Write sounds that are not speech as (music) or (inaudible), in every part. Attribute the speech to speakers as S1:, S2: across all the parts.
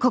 S1: こ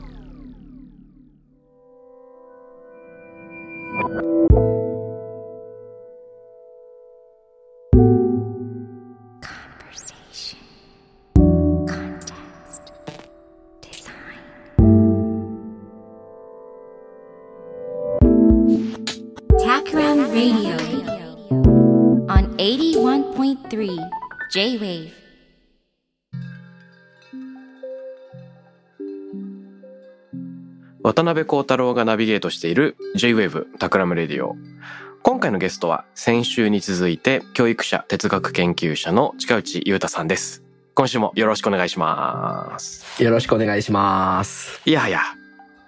S2: 渡辺幸太郎がナビゲートしている J-WAVE タクラムレディオ今回のゲストは先週に続いて教育者哲学研究者の近内裕太さんです今週もよろしくお願いします
S3: よろしくお願いします。
S2: いやいや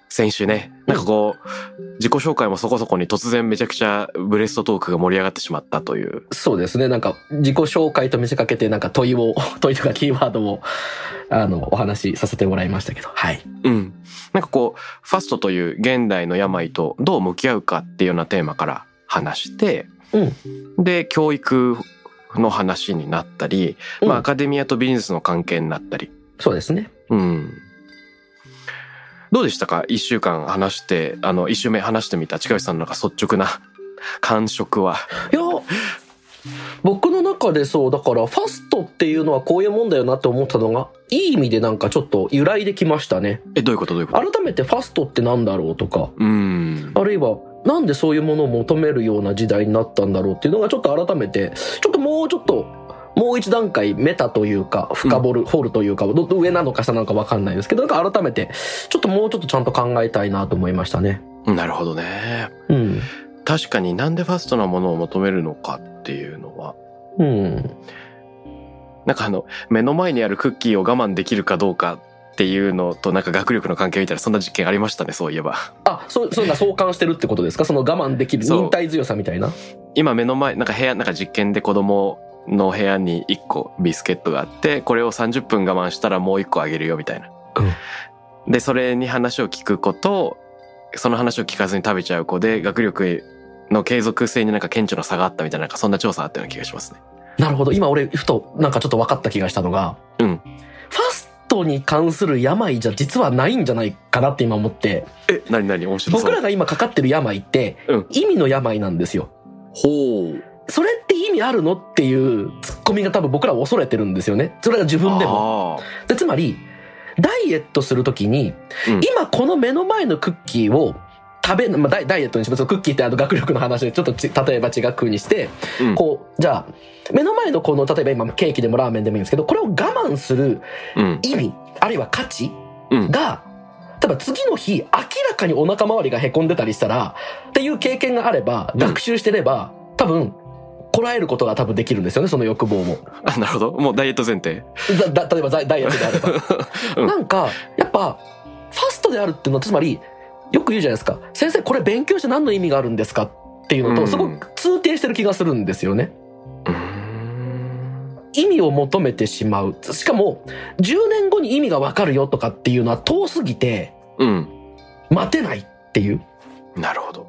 S2: 先週ねなんかこう自己紹介もそこそこに突然めちゃくちゃブレストトークが盛り上がってしまったという
S3: そうですね。なんか、自己紹介と見せかけて、なんか問いを、 (laughs) 問いとかキーワードを、あの、お話しさせてもらいましたけど。はい。
S2: うんなんかこうファストという現代の病とどう向き合うかっていうようなテーマから話して
S3: うん。
S2: で教育の話になったり、まあ、
S3: う
S2: ア
S3: ん
S2: カデミアとビジネスの関係になったり、
S3: そうですね。
S2: うん、どうでしたか1週間話してあの1週目話してみた近内さんのなんか率直な (laughs) 感触は。
S3: いや、僕の中でそう、だから、ファストっていうのはこういうもんだよなって思ったのが、いい意味でなんかちょっと由来できましたね。
S2: えどういうことどういうこと
S3: 改めてファストってなんだろうとか、
S2: うん
S3: あるいは、なんでそういうものを求めるような時代になったんだろうっていうのがちょっと改めて、ちょっともうちょっと、もう一段階メタというか、深掘る、掘るというか、ど上なのか下なのかわかんないですけど、なんか改めて、ちょっともうちょっとちゃんと考えたいなと思いましたね。
S2: なるほどね。
S3: うん。
S2: 確かになんでファストなものを求めるのかっていうのは
S3: うん。
S2: なんかあの目の前にあるクッキーを我慢できるかどうかっていうのとなんか学力の関係みたいなそんな実験ありましたねそういえば。
S3: あ、そう、そうだ、相関してるってことですかその我慢できる、
S2: そう
S3: 忍耐強さみたいな。
S2: 今目の前なんか部屋なんか実験で子供の部屋に1個ビスケットがあってこれを30分我慢したらもう1個あげるよみたいな、でそれに話を聞く子とその話を聞かずに食べちゃう子で学力の継続性になんか顕著な差があったみたいななんかそんな調査あったような気がしますね
S3: なるほど。今俺、ふと、なんかちょっと分かった気がしたのが、
S2: うん
S3: ファストに関する病じゃ実はないんじゃないかなって今思って、
S2: え何何面白そう
S3: 僕らが今かかってる病って、
S2: うん
S3: 意味の病なんですよ。
S2: ほう
S3: それって意味あるのっていうツッコミが多分僕らは恐れてるんですよね。それが自分でも。
S2: も
S3: でつまり、ダイエットするときに、
S2: うん
S3: 今この目の前のクッキーを食べ、まあ、ダイダイエットにします。クッキーってあの学力の話でちょっとち例えば違くにして、
S2: うん
S3: こう、じゃあ、目の前のこの、例えば今ケーキでもラーメンでもいいんですけど、これを我慢する
S2: うん
S3: 意味、あるいは価値
S2: うん
S3: が、例えば次の日、明らかにお腹周りが凹んでたりしたら、っていう経験があれば、
S2: うん
S3: 学習してれば、多分、こらえることが多分できるんですよね、その欲望も。
S2: あなるほどもうダイエット前提
S3: だだ例えばダイダイエットであれば。
S2: (laughs) うん
S3: なんか、やっぱ、ファストであるっていうのは、つまり、よく言うじゃないですか、先生、これ勉強して何の意味があるんですかっていうの
S2: う
S3: と、
S2: ん
S3: すごく通底してる気がするんですよね。
S2: うーん
S3: 意味を求めてしまう。しかも、10年後に意味がわかるよとかっていうのは遠すぎて、
S2: うん
S3: 待てないっていう。
S2: なるほど、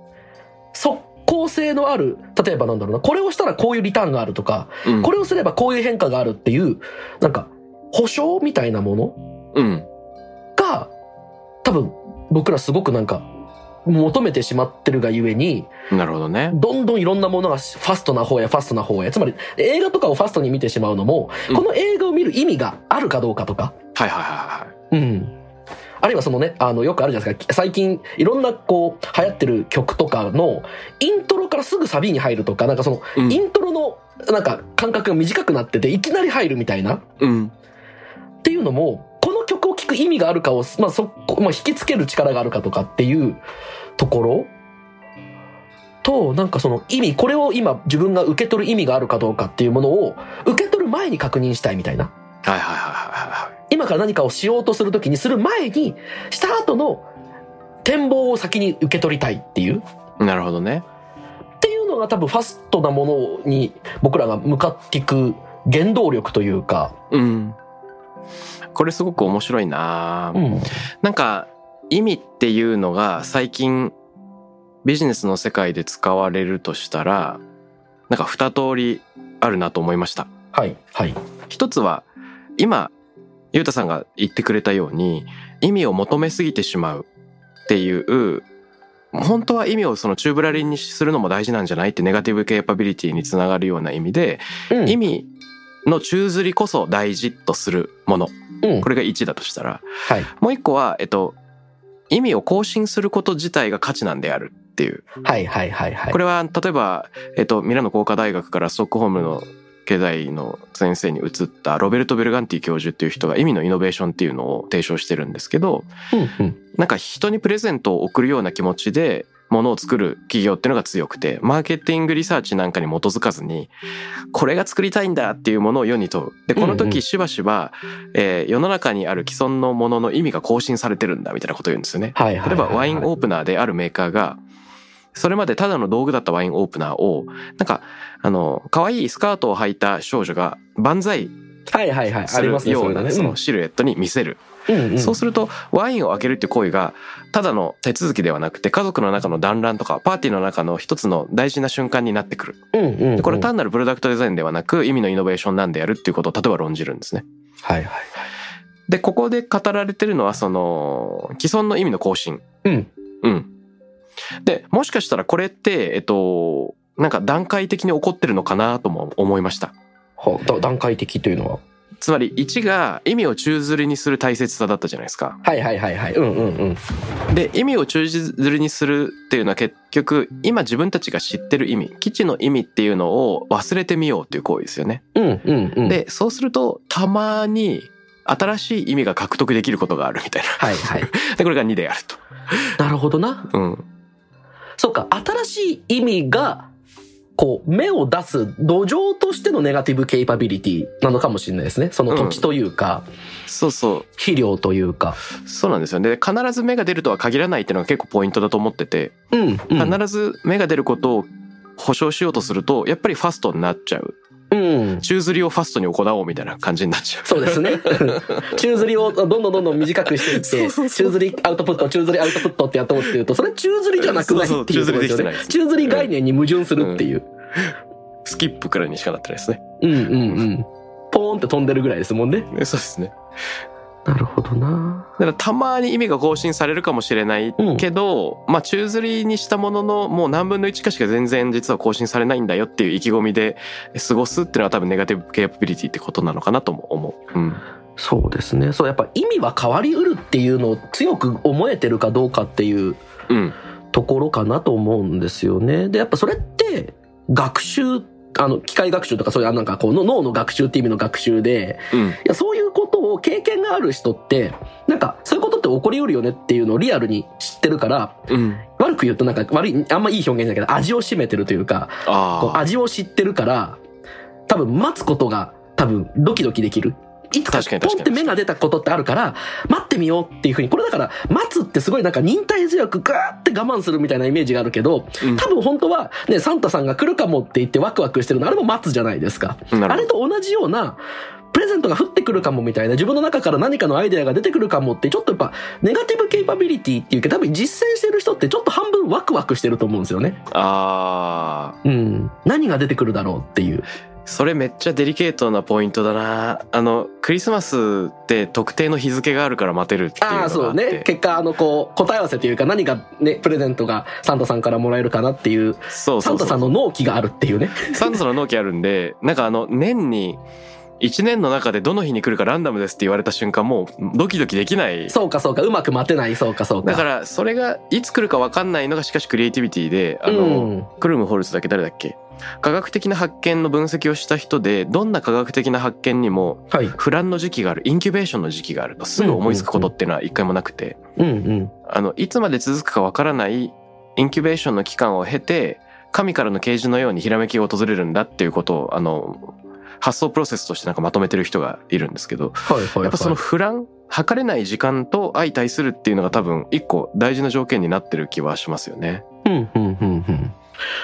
S3: 即効性のある、例えばなんだろうな、これをしたらこういうリターンがあるとか、
S2: うん、
S3: これをすればこういう変化があるっていう、なんか、保証みたいなもの
S2: うん
S3: が、多分、僕らすごくなんか、求めてしまってるがゆえに、
S2: なるほどね
S3: どんどんいろんなものがファストな方へ、ファストな方へ。つまり、映画とかをファストに見てしまうのも、
S2: うん
S3: この映画を見る意味があるかどうかとか、
S2: はいはいはいはい
S3: うん。あるいはそのね、あの、よくあるじゃないですか。最近、いろんなこう、流行ってる曲とかの、イントロからすぐサビに入るとか、なんかその、
S2: うん
S3: イントロの、なんか、間隔が短くなってて、いきなり入るみたいな。
S2: うん
S3: っていうのも、この曲を聴く意味があるかを、まあ、そこ、まあ、引きつける力があるかとかっていうところと、なんかその意味、これを今自分が受け取る意味があるかどうかっていうものを、受け取る前に確認したいみたいな。
S2: はいはいはいはいはい
S3: 今から何かをしようとするときにする前にした後の展望を先に受け取りたいっていう
S2: なるほどね。
S3: っていうののが多分ファストなものに僕らが向かっていく原動力というか、
S2: うん。これすごく面白いな、
S3: うん、
S2: なんか意味っていうのが最近ビジネスの世界で使われるとしたらなんか二通りあるなと思いました。
S3: はいはい
S2: 一つは今ゆうたさんが言ってくれたように意味を求めすぎてしまうっていう本当は意味をその宙ぶらりんにするのも大事なんじゃないってネガティブケーパビリティにつながるような意味で、
S3: うん
S2: 意味の宙づりこそ大事とするもの
S3: うん
S2: これが1だとしたら
S3: はい
S2: もう一個は、えっと、意味を更新すること自体が価値なんであるっていう。
S3: はいはいはいはい
S2: これは、例えば、えっと、ミラノ工科大学からストックホームの経済の先生に移ったロベルト・ベルガンティ教授っていう人が意味のイノベーションっていうのを提唱してるんですけど、
S3: うんうん
S2: なんか人にプレゼントを送るような気持ちで物を作る企業っていうのが強くて、マーケティングリサーチなんかに基づかずに、これが作りたいんだっていうものを世に問う。で、この
S3: うんうん
S2: 時しばしば、えー世の中にある既存のものの意味が更新されてるんだみたいなことを言うんですよね。
S3: はいはい
S2: 例えばワイン
S3: を
S2: オープナーであるメーカーが、それまでただの道具だったワインオープナーを、なんか、あの、可愛いスカートを履いた少女が万歳
S3: はいはいはいあ
S2: す
S3: り
S2: る
S3: ますね
S2: よ
S3: そう
S2: う
S3: いうの
S2: な
S3: ね
S2: そのシルエットに見せる。
S3: うんうん
S2: そうすると、ワインを開けるって行為が、ただの手続きではなくて、家族の中の団らんとか、パーティーの中の一つの大事な瞬間になってくる。
S3: うんうんうん
S2: でこれは単なるプロダクトデザインではなく、意味のイノベーションなんでやるっていうことを、例えば論じるんですね。
S3: はいはい
S2: で、ここで語られてるのは、その、既存の意味の更新。
S3: うん
S2: うん。で、もしかしたらこれって、えっと、なんか段階的に起こってるのかなとも思いました。
S3: ほだ段階的というのは
S2: つまり1が意味を宙づりにする大切さだったじゃないですか。
S3: はいはいはいはいうんうんうん
S2: で、意味を宙づりにするっていうのは結局、今自分たちが知ってる意味、基地の意味っていうのを忘れてみようっていう行為ですよね。
S3: うんうんうん
S2: で、そうすると、たまに新しい意味が獲得できることがあるみたい
S3: はいはい
S2: な。で、 (laughs) これが2である
S3: (laughs) なるほどな
S2: と。うん。
S3: そうか新しい意味がこう目を出す土壌としてのネガティブケイパビリティなのかもしれないですねその土地というか、
S2: そうそう。
S3: 肥料というか
S2: そうなんですよね。で必ず芽が出るとは限らないっていうのが結構ポイントだと思ってて、
S3: うん、うん、
S2: 必ず芽が出ることを保証しようとすると、やっぱりファストになっちゃう。
S3: うん、
S2: 宙吊りをファストに行おうみたいな感じになっちゃう。
S3: そうです (laughs) ね宙づりをどんどんどんどん短くしていって
S2: そうそう
S3: 宙づりアウトプット宙づりアウトプットってやとうっていうとそれ宙づりじゃなくない
S2: そうそう
S3: っていうことです
S2: 宙吊りできて
S3: よね
S2: ないです
S3: 宙づり概念に矛盾するっていう、
S2: スキップくらいにしかなってないですね。
S3: うん、うんうんポーンって飛んでるぐらいですもんね
S2: ねそうですね。
S3: なるほどな
S2: だからたまに意味が更新されるかもしれない
S3: うん
S2: けど、まあ宙吊りにしたもののもう何分の1かしか全然実は更新されないんだよっていう意気込みで過ごすっていうのは多分ネガティブケーパビリティってことなのかなとも思う。うん。
S3: そうですねそうやっぱ意味は変わりうるっていうのを強く思えてるかどうかっていう
S2: うん。
S3: ところかなと思うんですよね。でやっぱそれって学習あの機械学習とかそういうあなんかこうの脳の学習っていう意味の学習で
S2: うん。
S3: いやそういうことを経験がある人ってなんかそういうことって起こりうるよねっていうのをリアルに知ってるから
S2: うん。
S3: 悪く言うとなんか悪いあんまいい表現だけど味を占めてるというかこう
S2: ああ。
S3: 味を知ってるから多分待つことが多分ドキドキできる。いつか
S2: 確かに
S3: ポン
S2: 確
S3: っ
S2: かに
S3: て目が出たことってあるから待ってみようっていうふうにこれだから待つってすごいなんか忍耐強くガーって我慢するみたいなイメージがあるけど
S2: うん
S3: 多分本当はねサンタさんが来るかもって言ってワクワクしてるのあれも待つじゃないですか
S2: なる
S3: あ
S2: ほ
S3: れ
S2: ど。
S3: と同じようなプレゼントが降ってくるかもみたいな自分の中から何かのアイデアが出てくるかもってちょっとやっぱネガティブケイパビリティっていうか多分実践してる人ってちょっと半分ワクワクしてると思うんですよね
S2: ああ。
S3: うん何が出てくるだろうっていう
S2: それめっちゃデリケートなポイントだなあのクリスマスって特定の日付があるから待てるっていうのが
S3: あ
S2: あ
S3: あ
S2: って
S3: そうね結果あのこう答え合わせというか何がねプレゼントがサンタさんからもらえるかなっていう
S2: そう
S3: サ
S2: そ
S3: ン
S2: うそ
S3: タ
S2: う
S3: さんの納期があるっていうね
S2: サンタさんの納期あるんでなんかあの年に1年の中でどの日に来るかランダムですって言われた瞬間もうドキドキできない
S3: そうかそうかうまく待てないそうかそうか
S2: だからそれがいつ来るか分かんないのがしかしクリエイティビティであの、
S3: うん
S2: クルムホルツだっけ誰だっけ科学的な発見の分析をした人でどんな科学的な発見にも
S3: はい
S2: 不乱の時期があるインキュベーションの時期があるとすぐ思いつくことっていうのは一回もなくて、
S3: うんうん
S2: あの、いつまで続くかわからないインキュベーションの期間を経て、神からの啓示のようにひらめきが訪れるんだっていうことを、あの、発想プロセスとしてなんかまとめてる人がいるんですけど、
S3: はいはい、はい、
S2: やっぱその不乱、測れない時間と相対するっていうのが多分一個大事な条件になってる気はしますよね。
S3: うんうんうんうん。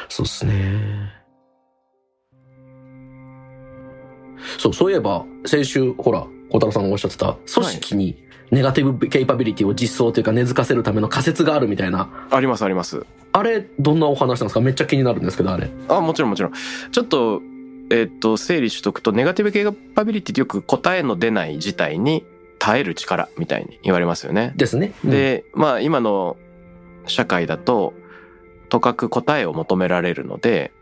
S3: そうですね。そう、そういえば、先週、ほら、小太郎さんがおっしゃってた、組織にネガティブケイパビリティを実装というか根付かせるための仮説があるみたいな。
S2: ありますあります。
S3: あれ、どんなお話なんですかめっちゃ気になるんですけど、あれ。
S2: あ、もちろんもちろん。ちょっと、えっと、整理しとくと、ネガティブケーパビリティってよく答えの出ない事態に耐える力みたいに言われますよね。
S3: ですね。うん、
S2: で、まあ今の社会だと、とかく答えを求められるので、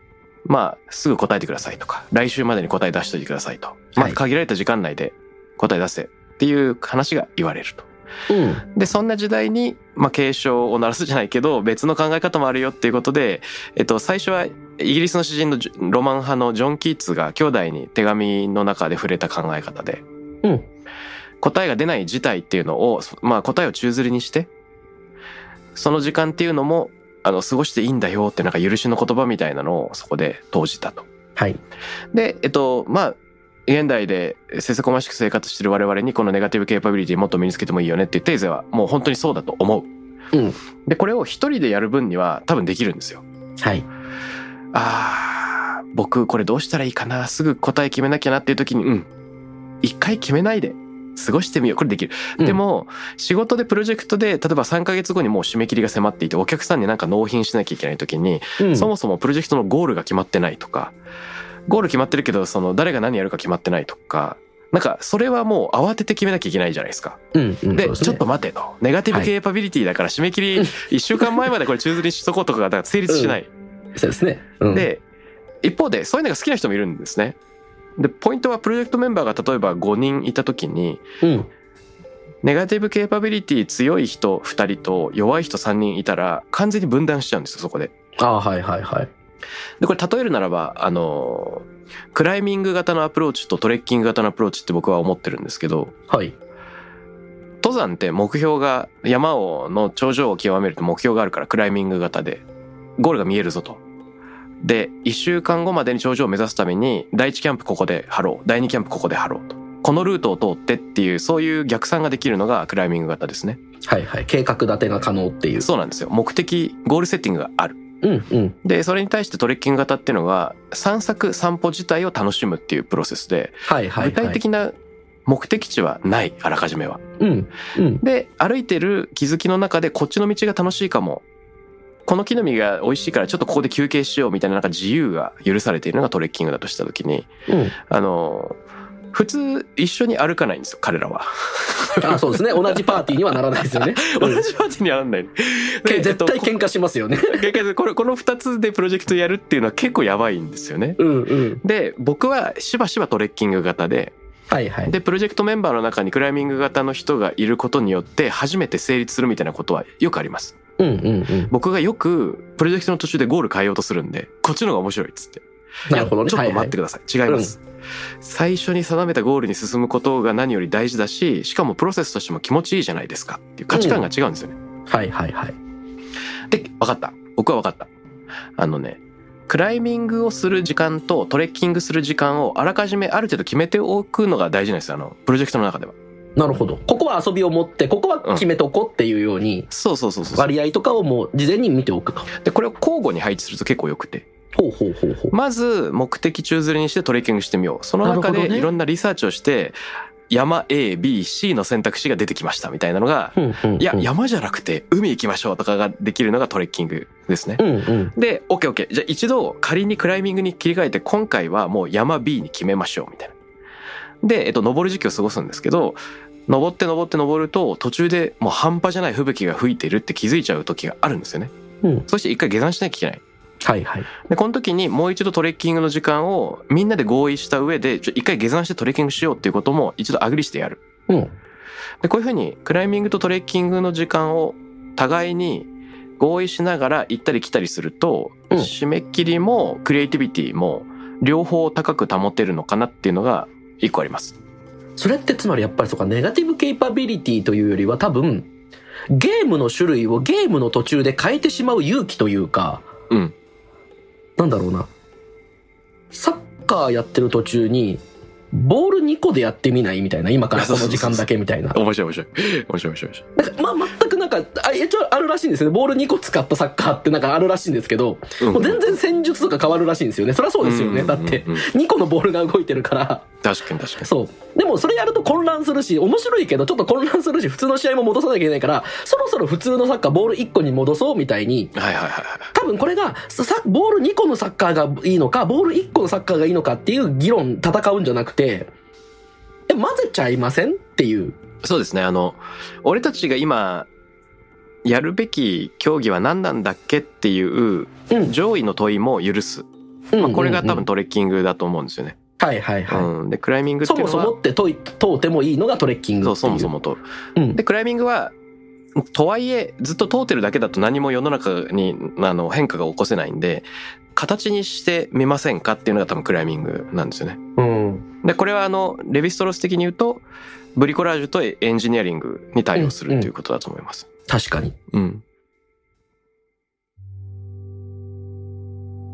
S2: まあすぐ答えてくださいとか、来週までに答え出しといてくださいと。ま
S3: は
S2: あ
S3: い
S2: 限られた時間内で答え出せっていう話が言われると。
S3: うん。
S2: で、そんな時代に、まあ、警鐘を鳴らすじゃないけど、別の考え方もあるよっていうことで、えっと、最初は、イギリスの詩人のジョロマン派のジョン・キーツが兄弟に手紙の中で触れた考え方で、
S3: うん
S2: 答えが出ない事態っていうのを、そまあ、答えを宙吊りにして、その時間っていうのも、あの、過ごしていいんだよって、なんか許しの言葉みたいなのをそこで投じたと。
S3: はい。
S2: で、えっと、まあ、現代でせせこましく生活してる我々にこのネガティブケーパビリティもっと身につけてもいいよねっていうテーゼはもう本当にそうだと思う。
S3: うん
S2: で、これを一人でやる分には多分できるんですよ。
S3: はい。
S2: あー、僕これどうしたらいいかなすぐ答え決めなきゃなっていう時に、うん。一回決めないで過ごしてみよう。これできる。
S3: うん
S2: で、も、仕事でプロジェクトで、例えば3ヶ月後にもう締め切りが迫っていて、お客さんになんか納品しなきゃいけない時に、
S3: うん、
S2: そもそもプロジェクトのゴールが決まってないとか、ゴール決まってるけど、その誰が何やるか決まってないとか、なんかそれはもう慌てて決めなきゃいけないじゃないですか。
S3: うん、うん、
S2: で、
S3: そうすね
S2: ちょっと待てと。ネガティブ
S3: はい
S2: ケーパビリティだから締め切り1週間前までこれ宙吊りにしとこうとかがだから成立しない。
S3: そうですね。うん、
S2: で、一方でそういうのが好きな人もいるんですね。で、ポイントはプロジェクトメンバーが例えば5人いた時に、
S3: うん。
S2: ネガティブケーパビリティ強い人2人と弱い人3人いたら完全に分断しちゃうんですよ、そこで。
S3: ああ、はい、はい、はい。
S2: で、これ例えるならば、あの、クライミング型のアプローチとトレッキング型のアプローチって僕は思ってるんですけど、
S3: はい。
S2: 登山って目標が、山を、の頂上を極めると目標があるから、クライミング型で、ゴールが見えるぞと。で、一週間後までに頂上を目指すために、第一キャンプここで張ろう、第二キャンプここで張ろうと。このルートを通ってっていう、そういう逆算ができるのがクライミング型ですね。
S3: はい、はい。計画立てが可能っていう。
S2: そうなんですよ。目的、ゴールセッティングがある。
S3: うん、うん。
S2: で、それに対してトレッキング型っていうのは、散策、散歩自体を楽しむっていうプロセスで、
S3: はい、はい、はい。
S2: 具体的な目的地はない、あらかじめは。
S3: うん、うん。
S2: で、歩いてる気づきの中で、こっちの道が楽しいかも。この木の実が美味しいから、ちょっとここで休憩しようみたいな、なんか自由が許されているのがトレッキングだとしたときに、
S3: うん。
S2: あの、普通一緒に歩かないんですよ、彼ら
S3: (laughs)
S2: は。
S3: あそうですね。同じパーティーにはならないです (laughs) よね。う
S2: 同
S3: ん
S2: じ街にはなんない。
S3: け絶対
S2: 結
S3: 喧嘩しますよね。
S2: 構、これ、この二つでプロジェクトやるっていうのは結構やばいんですよね。
S3: (laughs) うんうん。
S2: で、僕はしばしばトレッキング型で、
S3: はいはい。
S2: でプロジェクトメンバーの中にクライミング型の人がいることによって初めて成立するみたいなことはよくあります
S3: うんうんうん。
S2: 僕がよくプロジェクトの途中でゴール変えようとするんでこっちの方が面白いっつって
S3: なるほどね。
S2: いやちょっと
S3: は
S2: 待
S3: い
S2: ってください、違います、最初に定めたゴールに進むことが何より大事だししかもプロセスとしても気持ちいいじゃないですかっていう価値観が違うんですよね、
S3: はいはいはい。
S2: で分かった僕は分かったあのねクライミングをする時間とトレッキングする時間をあらかじめある程度決めておくのが大事なんですよあのプロジェクトの中では
S3: なるほど。ここは遊びを持って、ここは決めとこうっていうように、
S2: そうそうそうそうそう
S3: 割合とかをもう事前に見ておくと。
S2: で、これを交互に配置すると結構良くて。
S3: ほうほうほうほう。
S2: まず、目的宙吊りにしてトレッキングしてみよう。その中
S3: なるほど
S2: で
S3: ね
S2: いろんなリサーチをして、山 A、B、C の選択肢が出てきましたみたいなのが、
S3: うんうんうん
S2: いや、山じゃなくて海行きましょうとかができるのがトレッキングですね
S3: う。んうん。
S2: で、オッケーオッケー。じゃあ一度仮にクライミングに切り替えて、今回はもう山 B に決めましょうみたいな。で、えっと、登る時期を過ごすんですけど、登って登って登ると途中でもう半端じゃない吹雪が吹いてるって気づいちゃう時があるんですよね。
S3: うん
S2: そして一回下山しなきゃいけない。
S3: はいはい。
S2: で、この時にもう一度トレッキングの時間をみんなで合意した上で、ちょ一回下山してトレッキングしようっていうことも一度アグリしてやる。
S3: うん。
S2: で、こういうふうにクライミングとトレッキングの時間を互いに合意しながら行ったり来たりすると、
S3: うん
S2: 締め切りもクリエイティビティも両方高く保てるのかなっていうのが一個あります。
S3: それってつまりやっぱりそうか、ネガティブケイパビリティというよりは多分、ゲームの種類をゲームの途中で変えてしまう勇気というか、
S2: うん。
S3: なんだろうな。サッカーやってる途中に、ボール2個でやってみないみたいな。今からこの時間だけみたいな。
S2: 面白い面白い。面白い面白い面白い。
S3: なんか、まあ、全くななんか、あ一応あるらしいんですよね。ボール2個使ったサッカーってなんかあるらしいんですけど、
S2: うん
S3: もう全然戦術とか変わるらしいんですよね。そりゃそうですよね。だって
S2: うんうんうん、
S3: 2個のボールが動いてるから。
S2: 確かに確かに。
S3: そう。でもそれやると混乱するし、面白いけどちょっと混乱するし、普通の試合も戻さなきゃいけないから、そろそろ普通のサッカーボール1個に戻そうみたいに、
S2: はいはいはいはい。
S3: 多分これが、さボール2個のサッカーがいいのか、ボール1個のサッカーがいいのかっていう議論、戦うんじゃなくて、え、混ぜちゃいませんっていう。
S2: そうですね。あの、俺たちが今、やるべき競技は何なんだっけっていう
S3: うん。
S2: 上位の問いも許す。
S3: ま
S2: まあ、これが多分
S3: と、
S2: トレッキングだと思うんですよね。
S3: はいはいはい。
S2: うん。で、クライミングって
S3: そ
S2: いうの
S3: も
S2: は、
S3: そもって問い問うてもいいのがトレッキン
S2: そ
S3: グ
S2: う、
S3: ってい。
S2: そうもそもと。
S3: うん。
S2: で、クライミングは、とはいえ、ずっと通ってるだけだと何も世の中にあの変化が起こせないんで、形にしてみませんかっていうのが多分クライミングなんですよね。
S3: うん。
S2: で、これはあの、レヴィストロス的に言うと、ブリコラージュとエンジニアリングに対応す
S3: うんう
S2: る
S3: ん
S2: ということだと思います。
S3: 確かに。
S2: うん。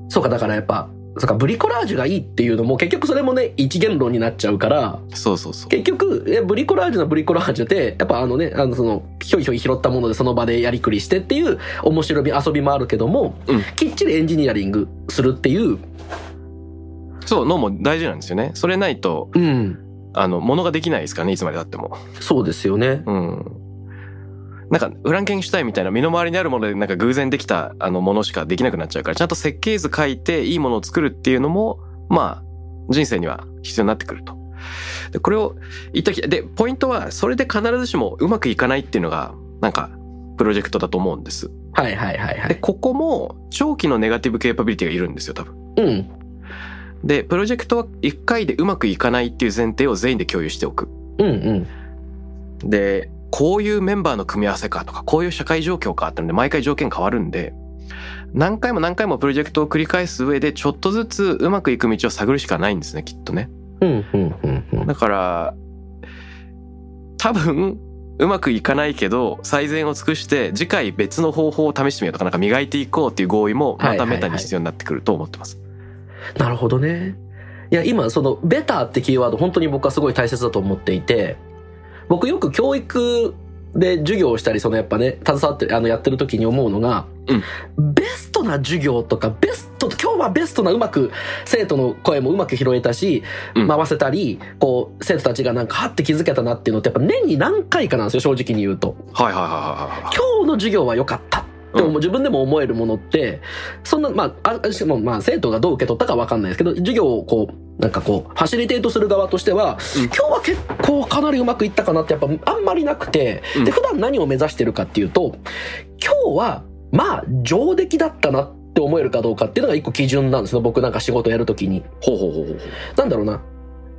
S3: そうか、だからやっぱ、そうか、ブリコラージュがいいっていうのも、結局それもね、一元論になっちゃうから、
S2: そうそうそう。
S3: 結局、えブリコラージュのブリコラージュって、やっぱあのね、あのその、ひょいひょい拾ったものでその場でやりくりしてっていう面白み、遊びもあるけども、
S2: うん
S3: きっちりエンジニアリングするっていう、
S2: そう、のも大事なんですよね。それないと、
S3: うん。
S2: あの、ものができないですからね、いつまで経っても。
S3: そうですよね。
S2: うん。なんか、フランケンシュタインみたいな身の回りにあるもので、なんか偶然できた、あの、ものしかできなくなっちゃうから、ちゃんと設計図書いて、いいものを作るっていうのも、まあ、人生には必要になってくると。で、これを言ったき、で、ポイントは、それで必ずしもうまくいかないっていうのが、なんか、プロジェクトだと思うんです。
S3: はいはいはいは
S2: で、
S3: い。
S2: ここも、長期のネガティブケーパビリティがいるんですよ、多分。
S3: うん。
S2: で、プロジェクトは一回でうまくいかないっていう前提を全員で共有しておく。
S3: うんうん。
S2: で、こういうメンバーの組み合わせかとか、こういう社会状況かってので、毎回条件変わるんで、何回も何回もプロジェクトを繰り返す上で、ちょっとずつうまくいく道を探るしかないんですね、きっとね。
S3: うんうんうんうん。
S2: だから、多分、うまくいかないけど、最善を尽くして、次回別の方法を試してみようとか、なんか磨いていこうっていう合意も、またメタに必要になってくると思ってます。
S3: なるほどね。いや、今、その、ベターってキーワード、本当に僕はすごい大切だと思っていて、僕よく教育で授業をしたり、そのやっぱね、携わって、あの、やってる時に思うのが、ベストな授業とか、ベスト、今日はベストなうまく、生徒の声もうまく拾えたし、
S2: うん
S3: 回せたり、こう、生徒たちがなんか、はって気づけたなっていうのって、やっぱ年に何回かなんですよ、正直に言うと。
S2: はいはいはいはいはい。
S3: 今日の授業は良かったって思う、
S2: うん
S3: 自分でも思えるものって、そんな、まあ、あしかもまあ、生徒がどう受け取ったかわかんないですけど、授業をこう、なんかこう、ファシリテートする側としては、
S2: うん
S3: 今日は結構かなりうまくいったかなってやっぱあんまりなくて、
S2: うん
S3: で、普段何を目指してるかっていうと、今日は、まあ、上出来だったなって思えるかどうかっていうのが一個基準なんですね、僕なんか仕事やるときに。
S2: ほうほうほうほう
S3: なんだろうな。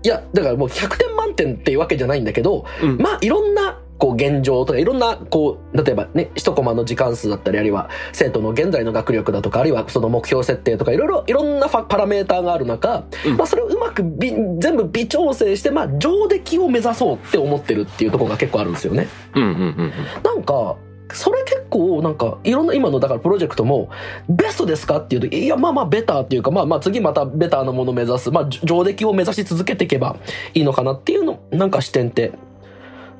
S3: いや、だからもう100点満点っていうわけじゃないんだけど、
S2: ほう。うん。
S3: まあいろんなこう現状とかいろんなこう例えばね一コマの時間数だったりあるいは生徒の現在の学力だとかあるいはその目標設定とかいろいろいろんなファパラメーターがある中、
S2: うん
S3: まあそれをうまくび全部微調整してまあ上出来を目指そうって思ってるっていうところが結構あるんですよね。
S2: うんうんうんうん。
S3: なんかそれ結構なんかいろんな今のだからプロジェクトもベストですかっていうといやまあまあベターっていうかまあまあ次またベターなものを目指すまあじょ上出来を目指し続けていけばいいのかなっていうのなんか視点って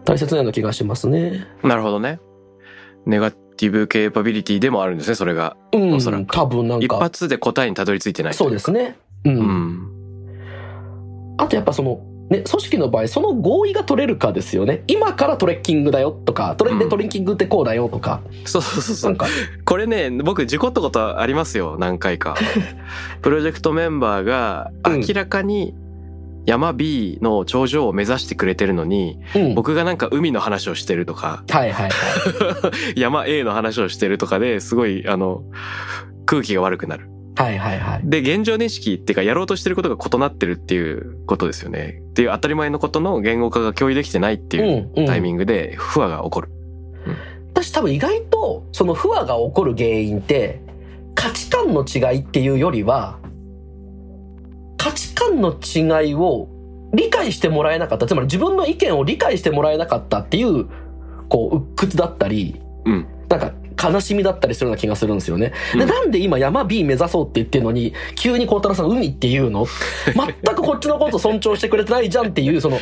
S3: 大切なような気がしますね。
S2: なるほどね。ネガティブケーパビリティでもあるんですね、それが。
S3: うん、
S2: おそらく
S3: 多分なん
S2: 一
S3: か
S2: 発で答えにたどり着いてないとい
S3: そううですね。うん。
S2: うん。
S3: あとやっぱそのね、組織の場合、その合意が取れるかですよね。今からトレッキングだよとか、トレ,、
S2: うん
S3: トレッキングってこうだよとか、
S2: そうそうそうそ
S3: なん
S2: う。
S3: か、
S2: これね、僕、事故ったことありますよ、何回
S3: (laughs)
S2: か。プロジェクトメンバーが
S3: うん
S2: 明らかに山 B の頂上を目指してくれてるのに、
S3: うん。
S2: 僕がなんか海の話をしてるとか、 (laughs)
S3: はいはいはい。
S2: 山 A の話をしてるとかですごい、あの、空気が悪くなる。
S3: はいはいはい。
S2: で、現状認識っていうか、やろうとしてることが異なってるっていうことですよね。っていう当たり前のことの言語化が共有できてないっていう
S3: うん、うん。
S2: タイミングで不和が起こる。
S3: 私多分意外とその不和が起こる原因って価値観の違いっていうよりは価値観の違いを理解してもらえなかったつまり自分の意見を理解してもらえなかったっていうこう鬱屈だったり
S2: うん。
S3: なんか悲しみだったりするような気がするんですよね。
S2: う
S3: で、
S2: ん
S3: なんで今山 B 目指そうって言ってるのに、急に孝太郎さん海って言うの全くこっちのこと尊重してくれてないじゃんっていう、その、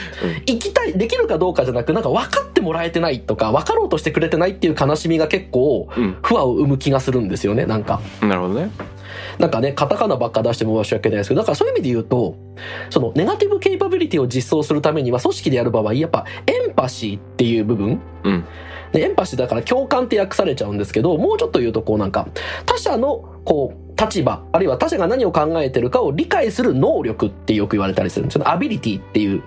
S3: 行きたい、できるかどうかじゃなく、なんか分かってもらえてないとか、分かろうとしてくれてないっていう悲しみが結構、
S2: うん、
S3: 不和を生む気がするんですよね、なんか。
S2: うん、なるほどね。
S3: なんかね、カタカナばっか出して申し訳ないですけど、だからそういう意味で言うと、そのネガティブケイパビリティを実装するためには、組織でやる場合、やっぱエンパシーっていう部分、
S2: うん
S3: でエンパシーだから共感って訳されちゃうんですけど、もうちょっと言うと、こうなんか、他者の、こう、立場、あるいは他者が何を考えてるかを理解する能力ってよく言われたりするんですよね。アビリティっていう。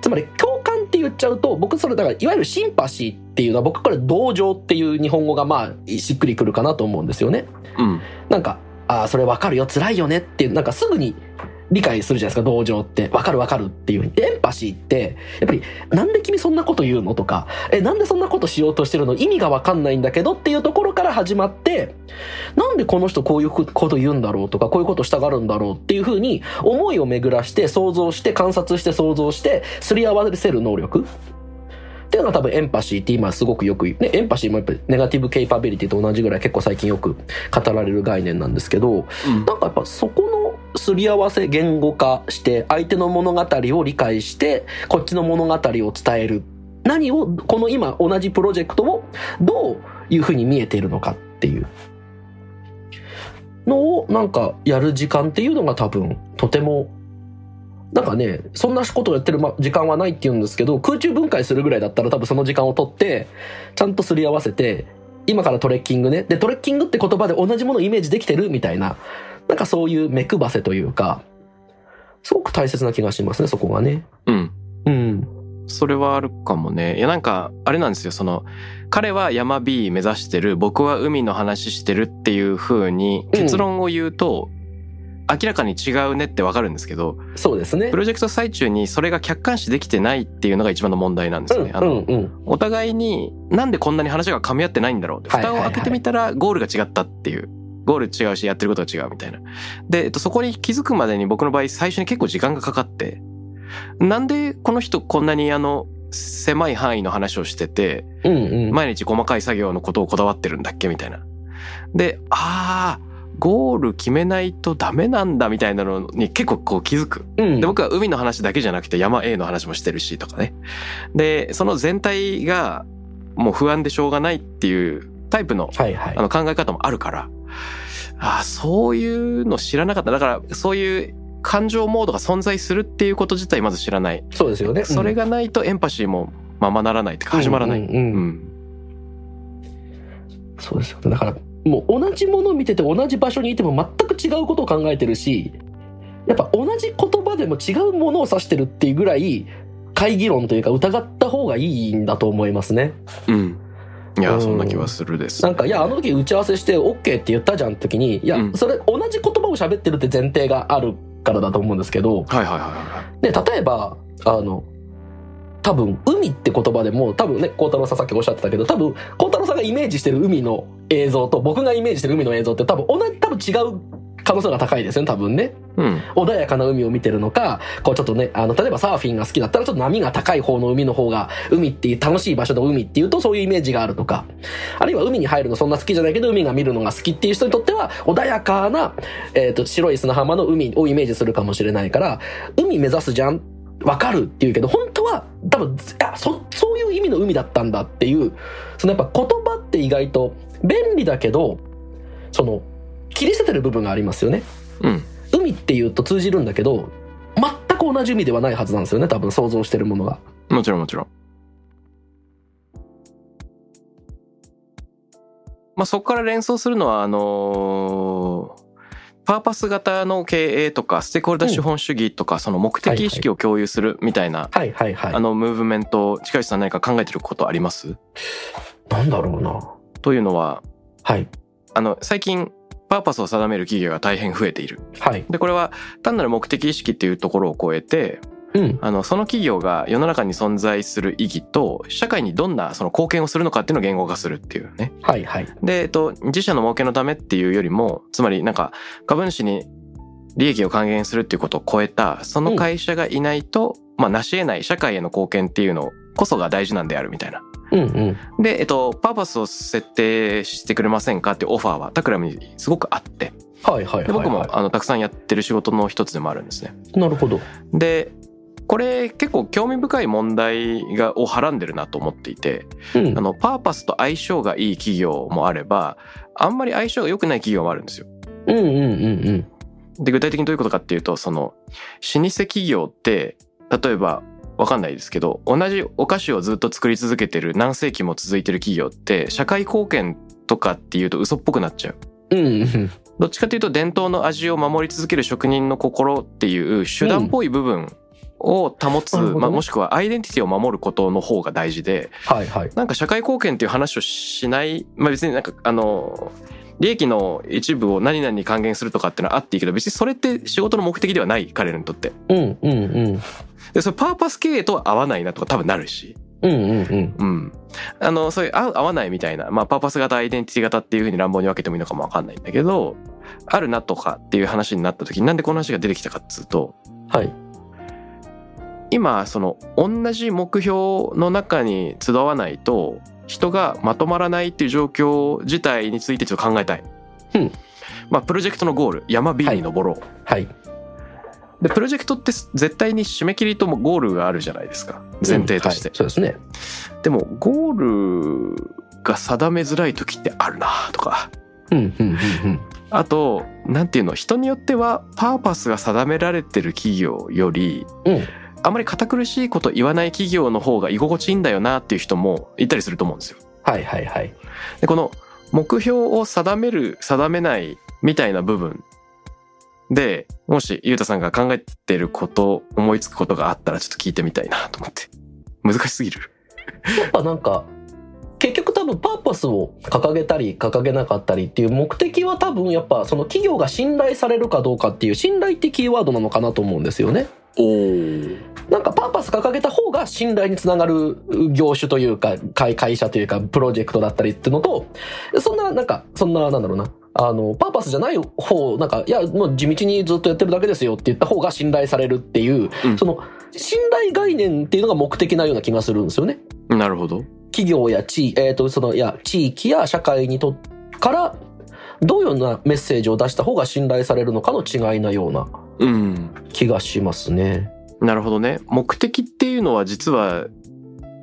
S3: つまり、共感って言っちゃうと、僕それだから、いわゆるシンパシーっていうのは、僕これ同情っていう日本語がまあ、しっくりくるかなと思うんですよね。
S2: うん。
S3: なんか、ああ、それわかるよ、辛いよねっていう、なんかすぐに理解するじゃないですか、同情って。わかるわかるっていう。でエンパシーって、やっぱり、なんで君そんなこと言うのとか、え、なんでそんなことしようとしてるの意味がわかんないんだけどっていうところから始まって、なんでこの人こういうこと言うんだろうとか、こういうことしたがるんだろうっていうふうに、思いを巡らして、想像して、観察して、想像して、すり合わせる能力っていうのが多分エンパシーって今すごくよく、ね、エンパシーもやっぱりネガティブケイパビリティと同じぐらい結構最近よく語られる概念なんですけど、
S2: うん
S3: なんかやっぱそこのすり合わせ言語化して、相手の物語を理解して、こっちの物語を伝える。何を、この今同じプロジェクトをどういうふうに見えているのかっていうのをなんかやる時間っていうのが多分とてもなんかね、そんなことをやってるま時間はないって言うんですけど、空中分解するぐらいだったら多分その時間を取って、ちゃんとすり合わせて、今からトレッキングね。で、トレッキングって言葉で同じものをイメージできてるみたいな、なんかそういう目配せというか、すごく大切な気がしますね、そこがね。
S2: うん。
S3: うん。
S2: それはあるかもね。いや、なんか、あれなんですよ。その、彼は山 B 目指してる、僕は海の話してるっていう風に、結論を言うと、明らかに違うねってわかるんですけど、
S3: そうですね
S2: プ。ロジェクト最中にそれが客観視できてないっていうのが一番の問題なんです
S3: う
S2: よ
S3: ん、
S2: ね。あの
S3: うん、うん。
S2: お互いになんでこんなに話が噛み合ってないんだろうって
S3: はいはい
S2: 蓋
S3: は
S2: を
S3: い
S2: 開けてみたらゴールが違ったっていうゴール違うしやってることは違うみたいなで、えっと、そこに気づくまでに僕の場合最初に結構時間がかかってなんでこの人こんなにあの狭い範囲の話をしてて
S3: うん、うん。
S2: 毎日細かい作業のことをこだわってるんだっけみたいなでああゴール決めないとダメなんだみたいなのに結構こう気づく
S3: うん
S2: で、僕は海の話だけじゃなくて山 A の話もしてるしとかね。で、その全体がもう不安でしょうがないっていうタイプの
S3: はい、はい
S2: あ。の考え方もあるから、ああ、そういうの知らなかった。だからそういう感情モードが存在するっていうこと自体まず知らない。
S3: そうですよね。うん
S2: それがないとエンパシーもままならないというか始まらない。
S3: うんうんうん
S2: うん。
S3: そうですよね。だから、もう同じものを見てて同じ場所にいても全く違うことを考えてるし、やっぱ同じ言葉でも違うものを指してるっていうぐらい、会議論というか疑った方がいいんだと思いますね。
S2: うん。いや
S3: う
S2: ー、
S3: ん
S2: そんな気はするです。
S3: なんか、いや、あの時打ち合わせして OK って言ったじゃんって時に、いや
S2: うん、
S3: それ同じ言葉を喋ってるって前提があるからだと思うんですけど、
S2: はいはいはいはい。
S3: で、例えば、あの、多分、海って言葉でも、多分ね、孝太郎さんさっきおっしゃってたけど、多分、孝太郎さんがイメージしてる海の映像と、僕がイメージしてる海の映像って多分、同じ、多分違う可能性が高いですよね、多分ね。
S2: うん。
S3: 穏やかな海を見てるのか、こうちょっとね、あの、例えばサーフィンが好きだったら、ちょっと波が高い方の海の方が、海っていう、楽しい場所の海っていうと、そういうイメージがあるとか、あるいは海に入るのそんな好きじゃないけど、海が見るのが好きっていう人にとっては、穏やかな、えっ、と、白い砂浜の海をイメージするかもしれないから、海目指すじゃん、わかるっていうけど、本当は、多分、あ、そ、そういう意味の海だったんだっていう、そのやっぱ言葉って意外と便利だけど、その、切り捨ててる部分がありますよね。
S2: うん。
S3: 海っていうと通じるんだけど全く同じ海ではないはずなんですよね多分想像してるものが
S2: もちろんもちろん。まあ、そこから連想するのはあのーパーパス型の経営とかステークホルダー資本主義とか、その目的意識を共有するみたいな、
S3: はいはいはい
S2: あのムーブメント近石さん何か考えてることあります
S3: なんだろうな
S2: というのは
S3: はい
S2: あの最近パーパスを定める企業が大変増えている。
S3: はい
S2: でこれは単なる目的意識っていうところを超えて
S3: うん
S2: あのその企業が世の中に存在する意義と社会にどんなその貢献をするのかっていうのを言語化するっていうね。
S3: はいはい
S2: で、えっと、自社の儲けのためっていうよりも、つまりなんか株主に利益を還元するっていうことを超えた、その会社がいないと、まあ、なし得ない社会への貢献っていうのこそが大事なんであるみたいな。
S3: うんうん。
S2: で、えっと、パーパスを設定してくれませんかっていうオファーはタクラムにすごくあって、
S3: はいはいはい、はい。
S2: で僕もあのたくさんやってる仕事の一つでもあるんですね。
S3: なるほど。
S2: で、これ結構興味深い問題がをはらんでるなと思っていて、
S3: うん
S2: あ。の、パーパスと相性がいい企業もあれば、あんまり相性が良くない企業もあるんですよ。
S3: うんうんうんうん。
S2: で、具体的にどういうことかっていうと、その、老舗企業って、例えば、わかんないですけど、同じお菓子をずっと作り続けてる、何世紀も続いてる企業って、社会貢献とかっていうと嘘っぽくなっちゃう。
S3: うんうん。
S2: どっちかというと、伝統の味を守り続ける職人の心っていう手段っぽい部分を保つ、
S3: うんなるほどね
S2: まあ、もしくはアイデンティティを守ることの方が大事で、
S3: はいはい。
S2: なんか社会貢献っていう話をしない、まあ別になんかあの、利益の一部を何々に還元するとかっていうのはあっていいけど、別にそれって仕事の目的ではない、彼らにとって。
S3: うんうんうん。
S2: で、それパーパス経営とは合わないなとか多分なるし。
S3: うんうんうん。
S2: うん。あの、そういう合う合わないみたいな、まあパーパス型、アイデンティティ型っていうふうに乱暴に分けてもいいのかもわかんないんだけど、あるなとかっていう話になった時になんでこの話が出てきたかっつうと、
S3: はい。
S2: 今その同じ目標の中に集わないと人がまとまらないっていう状況自体についてちょっと考えたい。
S3: うん
S2: まあプロジェクトのゴール山 B に登ろう、
S3: はい。
S2: でプロジェクトって絶対に締め切りともゴールがあるじゃないですか前提として、
S3: うんはいそうですね。
S2: でもゴールが定めづらい時ってあるなとか
S3: うんうんうん
S2: あとなんていうの人によってはパーパスが定められてる企業より
S3: うん。うん。
S2: あまり堅苦しいこと言わない企業の方が居心地いいんだよなっていう人もいたりすると思うんですよ。
S3: はいはいはい。
S2: で、この目標を定める、定めないみたいな部分で、もしゆうたさんが考えてること、思いつくことがあったらちょっと聞いてみたいなと思って。難しすぎる。
S3: や (laughs) っぱなんか、結局多分パーパスを掲げたり掲げなかったりっていう目的は多分やっぱその企業が信頼されるかどうかっていう信頼ってキーワードなのかなと思うんですよね。
S2: おー。
S3: なんかパーパス掲げた方が信頼につながる業種というか会会社というかプロジェクトだったりっていうのとそんななんかそんななんだろうなあのパーパスじゃない方なんかいやもう地道にずっとやってるだけですよって言った方が信頼されるっていう、
S2: うん
S3: その信頼概念っていうのが目的なような気がするんですよね。
S2: なるほど。
S3: 企業や地,、えー、とそのいや地域や社会にとからどういうようなメッセージを出した方が信頼されるのかの違いなような
S2: うん。
S3: 気がしますね。
S2: なるほどね。目的っていうのは実は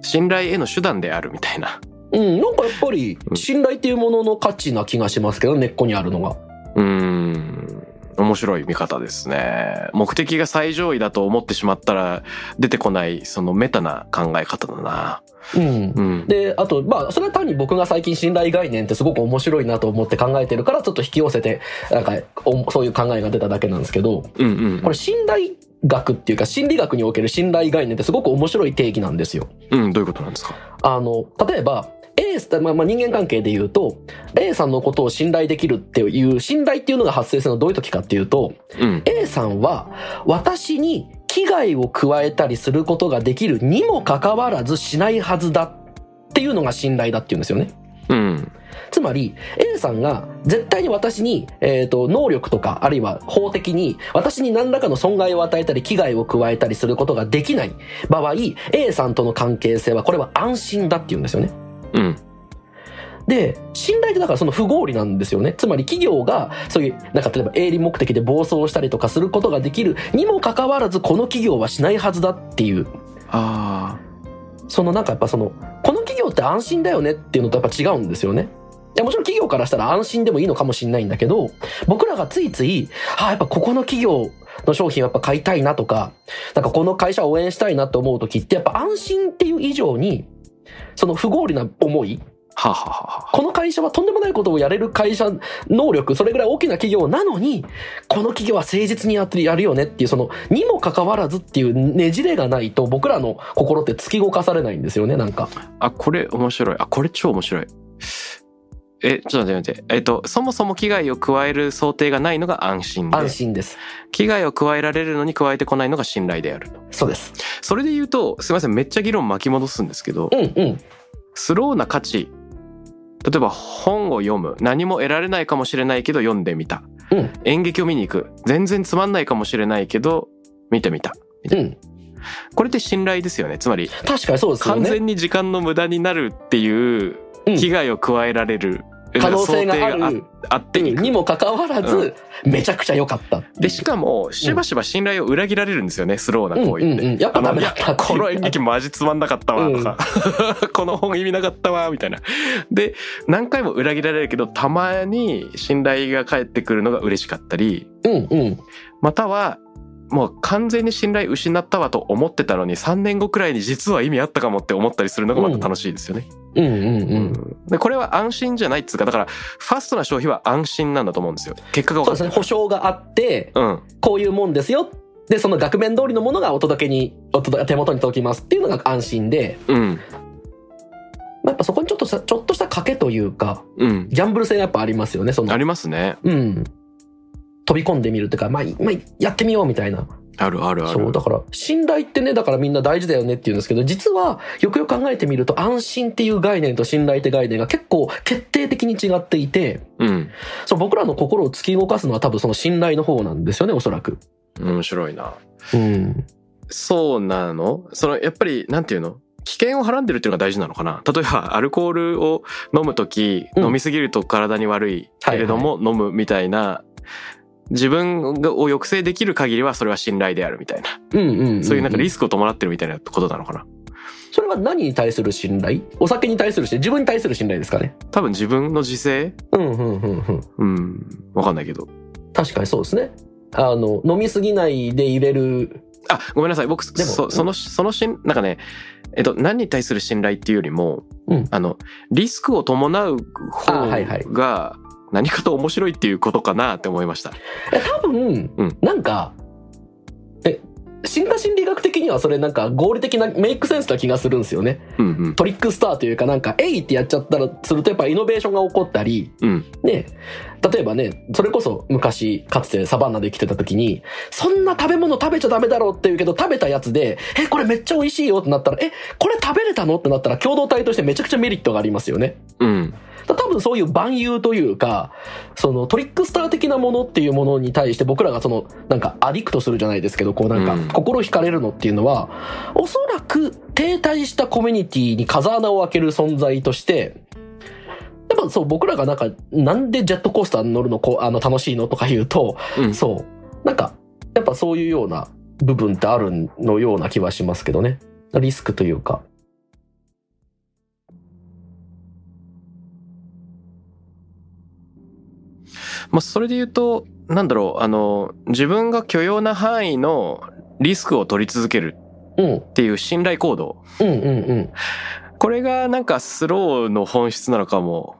S2: 信頼への手段であるみたいな。
S3: うん、なんかやっぱり
S2: うん
S3: 信頼っていうものの価値な気がしますけど、根っこにあるのが。
S2: うーん。面白い見方ですね。目的が最上位だと思ってしまったら出てこない、そのメタな考え方だな。
S3: うん。
S2: うん。
S3: で、あと、まあ、それは単に僕が最近信頼概念ってすごく面白いなと思って考えてるから、ちょっと引き寄せて、なんか、おそういう考えが出ただけなんですけど、
S2: うんうん
S3: これ信頼学っていうか、心理学における信頼概念ってすごく面白い定義なんですよ。
S2: うん、どういうことなんですか
S3: あの、例えば、A さん、まあ、まあ人間関係で言うと、A さんのことを信頼できるっていう、信頼っていうのが発生するのはどういう時かっていうと、
S2: うん。
S3: A さんは、私に危害を加えたりすることができるにもかかわらずしないはずだっていうのが信頼だっていうんですよね。
S2: うん。
S3: つまり、A さんが絶対に私に、えっ、と、能力とか、あるいは法的に、私に何らかの損害を与えたり、危害を加えたりすることができない場合、A さんとの関係性は、これは安心だって言うんですよね。
S2: うん。
S3: で、信頼ってだからその不合理なんですよね。つまり企業が、そういう、なんか例えば営利目的で暴走したりとかすることができるにもかかわらず、この企業はしないはずだっていう、
S2: あ
S3: そのなんかやっぱその、この企業って安心だよねっていうのとやっぱ違うんですよね。いやもちろん企業からしたら安心でもいいのかもしれないんだけど、僕らがついつい、ああ、やっぱここの企業の商品はやっぱ買いたいなとか、なんかこの会社を応援したいなと思うときって、やっぱ安心っていう以上に、その不合理な思い、
S2: あ。はあはあはあはあ。
S3: この会社はとんでもないことをやれる会社能力、それぐらい大きな企業なのに、この企業は誠実にやってやるよねっていう、その、にもかかわらずっていうねじれがないと、僕らの心って突き動かされないんですよね、なんか。
S2: あ、これ面白い。あ、これ超面白い。え、ちょっと待って待って。えっと、そもそも危害を加える想定がないのが安心で、
S3: 安心です。
S2: 危害を加えられるのに加えてこないのが信頼であると。
S3: そうです。
S2: それで言うと、すいません、めっちゃ議論巻き戻すんですけど
S3: う、んうん。
S2: スローな価値。例えば本を読む。何も得られないかもしれないけど読んでみた。
S3: うん
S2: 演劇を見に行く。全然つまんないかもしれないけど見てみた。
S3: うん。
S2: これって信頼ですよねつまり
S3: 確かにそうですよ
S2: 完
S3: ね。
S2: 全に時間の無駄になるっていう
S3: うん
S2: 危害を加えられる、
S3: 可能性があ
S2: 想定
S3: る
S2: ああっていく
S3: にもかかわらず、めちゃくちゃ良かったっていう。
S2: でしかもしばしば信頼を裏切られるんですよねスローな
S3: うん
S2: 行為って。
S3: うんうんやっぱ
S2: あの
S3: ダメだったってい
S2: こ
S3: う
S2: の演劇マジつまんなかったわとか、 (laughs) この本意味なかったわみたいなで何回も裏切られるけどたまに信頼が返ってくるのが嬉しかったり
S3: うんうん。
S2: またはもう完全に信頼失ったわと思ってたのに3年後くらいに実は意味あったかもって思ったりするのがまた楽しいですよね。
S3: うんうんうん。
S2: でこれは安心じゃないっつうかだからファストな消費は安心なんだと思うんですよ結果が分か
S3: そう
S2: っ
S3: で
S2: た
S3: すね。保証があって、
S2: うん
S3: こういうもんですよ。で、その額面通りのものがお届けに、お届手元に届きますっていうのが安心で、
S2: うん
S3: まあやっぱそこにちょっとさちょっとした賭けというか、
S2: うん
S3: ギャンブル性がやっぱありますよね、その。
S2: ありますね
S3: うん。飛び込んでみるというか、まあ、いまあ、やってみようみたいな。
S2: あるあるあ
S3: そう、
S2: る
S3: だから、信頼ってね、だからみんな大事だよねって言うんですけど、実は、よくよく考えてみると、安心っていう概念と信頼って概念が結構決定的に違っていて、
S2: うん
S3: そう、僕らの心を突き動かすのは多分その信頼の方なんですよね、おそらく。
S2: 面白いな
S3: うん。
S2: そうなのそのやっぱりなんていうの危険をはらんでるっていうのが大事なのかな例えば (laughs) アルコールを飲む時、
S3: うん
S2: 飲みすぎると体に悪いけれども飲むみたいな自分を抑制できる限りはそれは信頼であるみたいな
S3: うんうんうん、
S2: そういうなんかリ
S3: ス
S2: スクを伴ってるみたいなことなのかな
S3: それは何に対する信頼お酒に対する信頼自分に対する信頼ですかね
S2: 多分自分の自制
S3: うんうんうんうん
S2: うんわかんないけど
S3: 確かにそうですねあの飲みすぎないで入れる
S2: あごめんなさい僕
S3: でもう
S2: そ
S3: ん
S2: そのそのしんなんかねえっと何に対する信頼っていうよりも、
S3: うん
S2: あのリスクを伴う方
S3: あはいはい
S2: が何かと面白いっていうことかなって思いました。
S3: え多分、
S2: うん
S3: なんかえ進化心理学的にはそれなんか合理的なメイクセンスな気がするんですよね
S2: うんうん
S3: トリックスターというかなんか「えい!」ってやっちゃったらするとやっぱイノベーションが起こったり
S2: うん
S3: ね、例えばね、それこそ昔、かつてサバンナで生きてた時に、そんな食べ物食べちゃダメだろうって言うけど、食べたやつで、え、これめっちゃ美味しいよってなったら、え、これ食べれたのってなったら、共同体としてめちゃくちゃメリットがありますよね。
S2: うん
S3: だ多分そういう万有というか、そのトリックスター的なものっていうものに対して僕らがその、なんかアディクトするじゃないですけど、こうなん
S2: うん
S3: か心惹かれるのっていうのは、おそらく停滞したコミュニティに風穴を開ける存在として、やっぱそう僕らがなんか、なんでジェットコースターに乗るのこうあの楽しいのとか言うと、
S2: うん
S3: そう。なんか、やっぱそういうような部分ってあるのような気はしますけどね。リスクというか。
S2: まあ、それで言うとなんだろうあの自分が許容な範囲のリスクを取り続ける
S3: うん。うん
S2: っていう信頼行動
S3: うんうん。
S2: これがなんかスローの本質なのかも